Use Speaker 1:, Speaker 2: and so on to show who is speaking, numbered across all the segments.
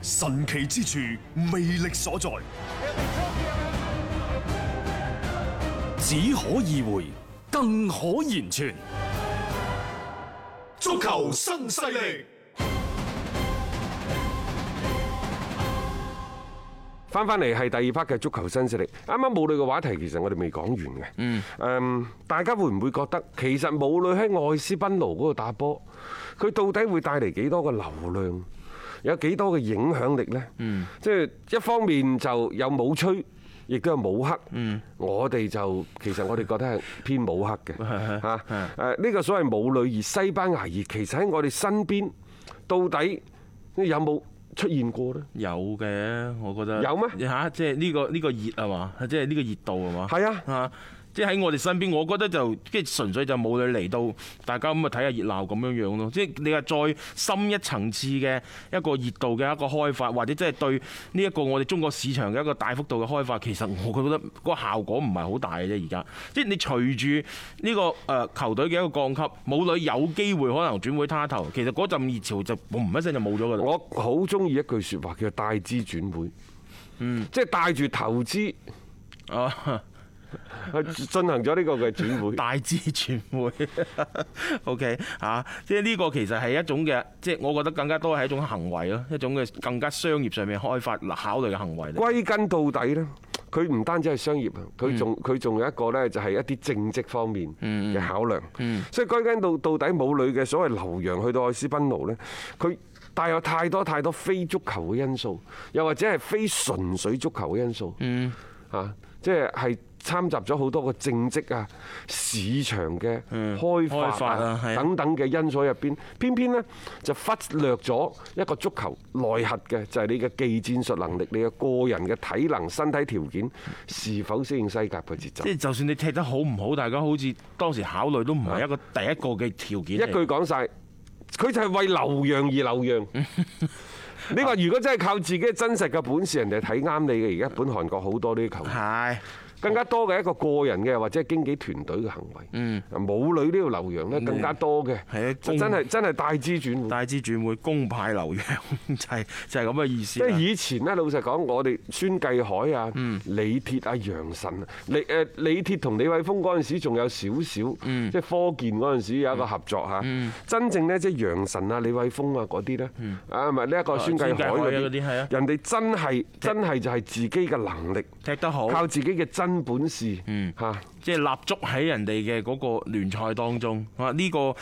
Speaker 1: 神奇之處，魅力所在，
Speaker 2: 只可意會，更可言傳。
Speaker 1: 足球新勢力。
Speaker 3: 翻翻嚟係第二 part 嘅足球新勢力，啱啱母女嘅話題其實我哋未講完嘅。嗯。大家會唔會覺得其實母女喺愛斯賓奴嗰度打波，佢到底會帶嚟幾多個流量，有幾多嘅影響力呢？嗯。即係一方面就有武吹。亦都有武黑，我哋就其實我哋覺得係偏武黑 嘅嚇。誒呢個所謂武女兒、西班牙兒，其實喺我哋身邊，到底有冇出現過呢？
Speaker 4: 有嘅，我覺得
Speaker 3: 有咩
Speaker 4: 嚇、即係呢、個呢、個熱啊嘛，即係呢個熱度啊嘛。
Speaker 3: 係啊
Speaker 4: 嚇、即係喺我哋身邊，我覺得就即係純粹就冇女嚟到，大家咁啊睇下熱鬧咁樣樣咯。即係你話再深一層次嘅一個熱度嘅一個開發，或者即係對呢一個我哋中國市場嘅一個大幅度嘅開發，其實我覺得個效果唔係好大嘅啫。而家即係你隨住呢個誒球隊嘅一個降級，母女有機會可能轉會他頭，其實嗰陣熱潮就嘣一聲就冇咗㗎啦。
Speaker 3: 我好中意一句説話叫帶資轉會，嗯，即係帶住投資去
Speaker 4: 啊！
Speaker 3: 進行咗呢個嘅轉會。
Speaker 4: 大致傳媒 ，OK 嚇、即係呢個其實係一種嘅，即係我覺得更加多係一種行為咯，一種嘅更加商業上面開發考慮嘅行為嚟。
Speaker 3: 歸根到底呢，佢唔單止係商業啊，
Speaker 4: 嗯
Speaker 3: 佢仲佢仲有一個呢，就係一啲政績方面嘅考量。
Speaker 4: 嗯
Speaker 3: 所以歸根到到底，母女嘅所謂留洋去到愛斯賓奴呢，佢。帶有太多太多非足球嘅因素，又或者係非純粹足球嘅因素，
Speaker 4: 嗯
Speaker 3: 啊，即係係參雜咗好多個政績啊、市場嘅開
Speaker 4: 開
Speaker 3: 發
Speaker 4: 發啊
Speaker 3: 啊
Speaker 4: 係啊
Speaker 3: 等等嘅因素入邊，偏偏呢就忽略咗一個足球內核嘅，就係你嘅技戰術能力、你嘅個人嘅體能、身體條件是否適應西甲嘅節奏
Speaker 4: 即。係就算你踢得好唔好，大家好似當時考慮都唔係一個第一個嘅條件
Speaker 3: 啊一
Speaker 4: 嚟。
Speaker 3: 句講晒，佢就係為留洋而留洋。你話如果真係靠自己真實嘅本事，人哋睇啱你嘅。而家本韓國好多呢啲球員。
Speaker 4: 係
Speaker 3: 更加多嘅一個個人嘅或者係經紀團隊嘅行為。嗯，母女呢度流洋咧更加多嘅，
Speaker 4: 嗯係啊
Speaker 3: 就真係真係大資轉換。
Speaker 4: 大致轉會公派留洋， 就係就係咁嘅意
Speaker 3: 即
Speaker 4: 思
Speaker 3: 係
Speaker 4: 啦。
Speaker 3: 以前咧，老實講，我哋孫繼海啊、
Speaker 4: 嗯
Speaker 3: 李鐵啊、楊晨啊，李誒李鐵同李偉峰嗰陣時仲有少少，
Speaker 4: 嗯
Speaker 3: 即係科健嗰陣時有一個合作嚇。真正咧，即係楊晨啊、李偉峰啊嗰啲咧，啊唔係呢一個孫繼海
Speaker 4: 孫繼海嗯啊
Speaker 3: 嗰
Speaker 4: 嗰啲
Speaker 3: 啲
Speaker 4: 係啊，
Speaker 3: 人哋真係真係就係自己嘅能力，
Speaker 4: 踢得好，嗯
Speaker 3: 靠自己嘅真本事嚇。
Speaker 4: 即係立足喺人哋嘅嗰個聯賽當中，啊呢、個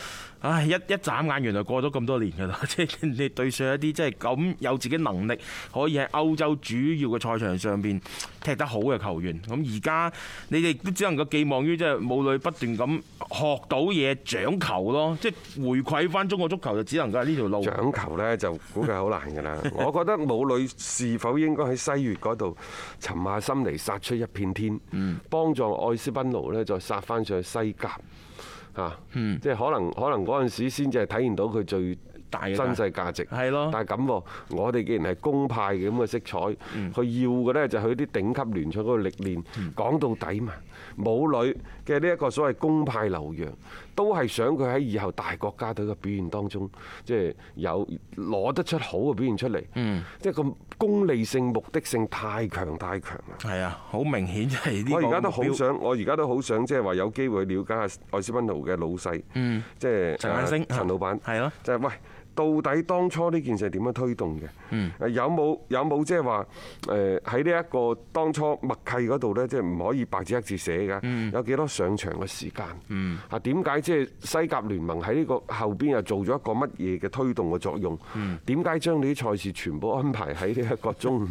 Speaker 4: 唉一一眨眼原來過咗咁多年㗎啦， 即係你對上一啲即係咁有自己能力可以喺歐洲主要嘅賽場上邊踢得好嘅球員，咁而家你哋都只能夠寄望於即係母女不斷咁學到嘢長球咯，即係回饋翻中國足球就只能夠係呢條路。
Speaker 3: 獎球呢就估計好難㗎 啦。我覺得母女是否應該喺西乙嗰度沉下心嚟殺出一片天，
Speaker 4: 嗯
Speaker 3: 幫助愛斯賓奴呢再殺翻上去西甲啊！
Speaker 4: 嗯
Speaker 3: 即係可能可能嗰陣時先至係體現到佢最
Speaker 4: 大嘅價
Speaker 3: 真實價值。
Speaker 4: 係咯
Speaker 3: 但係咁喎，我哋既然係公派嘅咁嘅色彩，佢要嘅呢就去啲頂級聯賽嗰度歷練。講到底嘛，母女嘅呢一個所謂公派留洋，都係想佢喺以後大國家隊嘅表現當中，即係有攞得出好嘅表現出嚟。即係個功利性、目的性太強太強啦。
Speaker 4: 係啊，好明顯就係呢個
Speaker 3: 我而家都
Speaker 4: 目
Speaker 3: 好
Speaker 4: 標
Speaker 3: 想，我而家都好想，即係話有機會了解下愛斯賓奴嘅老細，即係
Speaker 4: 陳眼星
Speaker 3: 陳老闆，
Speaker 4: 係咯
Speaker 3: 就係喂。到底當初呢件事係點樣推動嘅？
Speaker 4: 嗯
Speaker 3: 誒有冇有冇即係話誒喺呢一個當初默契嗰度呢，即係唔可以白紙黑字寫
Speaker 4: 嗯
Speaker 3: 㗎。有幾多上場嘅時間？啊點解即係西甲聯盟喺呢個後邊又做咗一個乜嘢嘅推動嘅作用？
Speaker 4: 嗯
Speaker 3: 點解將呢啲賽事全部安排喺呢一個中午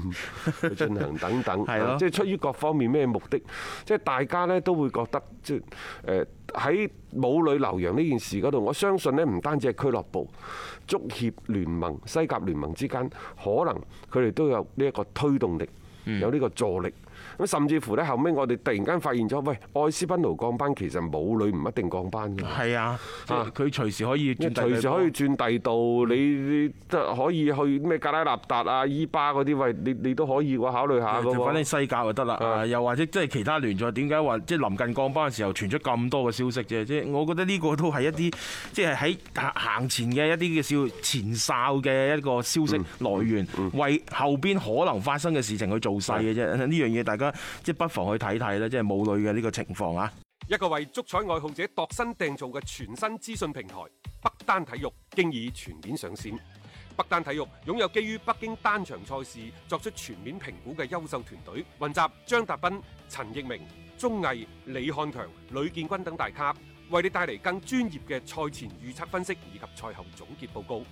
Speaker 3: 去進行等等？
Speaker 4: 係咯
Speaker 3: 即係出於各方面咩目的？即係大家呢都會覺得即係誒呃喺母女留洋呢件事嗰度，我相信呢唔單止係俱樂部、足協聯盟、西甲聯盟之間，可能佢哋都有呢一個推動力，
Speaker 4: 嗯
Speaker 3: 有呢個助力。咁甚至乎呢，後尾我哋突然間發現咗，喂，愛斯賓奴降班其實母女唔一定降班嘅。
Speaker 4: 係啊，即係佢隨時可以轉第二
Speaker 3: 隨時
Speaker 4: 隊波
Speaker 3: 可以轉第度，你你得可以去咩格拉納達啊、伊巴嗰啲，喂，你你都可以喎，考慮下嘅
Speaker 4: 就反正
Speaker 3: 喎。
Speaker 4: 西甲就得啦，啊又或者即係其他聯賽，點解話即係臨近降班嘅時候傳出咁多嘅消息啫？即係我覺得呢個都係一啲即係喺啊行前嘅一啲嘅少前哨嘅一個消息來源，為後邊可能發生嘅事情去做勢嘅啫。呢樣嘢大家即係不妨去睇睇啦，即係母女嘅呢個情況啊！
Speaker 3: 一個為足彩愛好者度身訂造嘅全新資訊平台北單體育，經已全面上線。北單體育擁有基於北京單場賽事作出全面評估嘅優秀團隊，雲集張達斌、陳奕明、鐘毅、李漢強、呂建軍等大咖，為你帶嚟更專業嘅賽前預測分析以及賽後總結報告。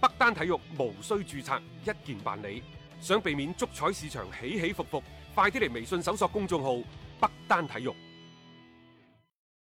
Speaker 3: 北單體育無需註冊，一鍵辦理。想避免足彩市場起起伏伏，快啲嚟微信搜索公眾號北單體育。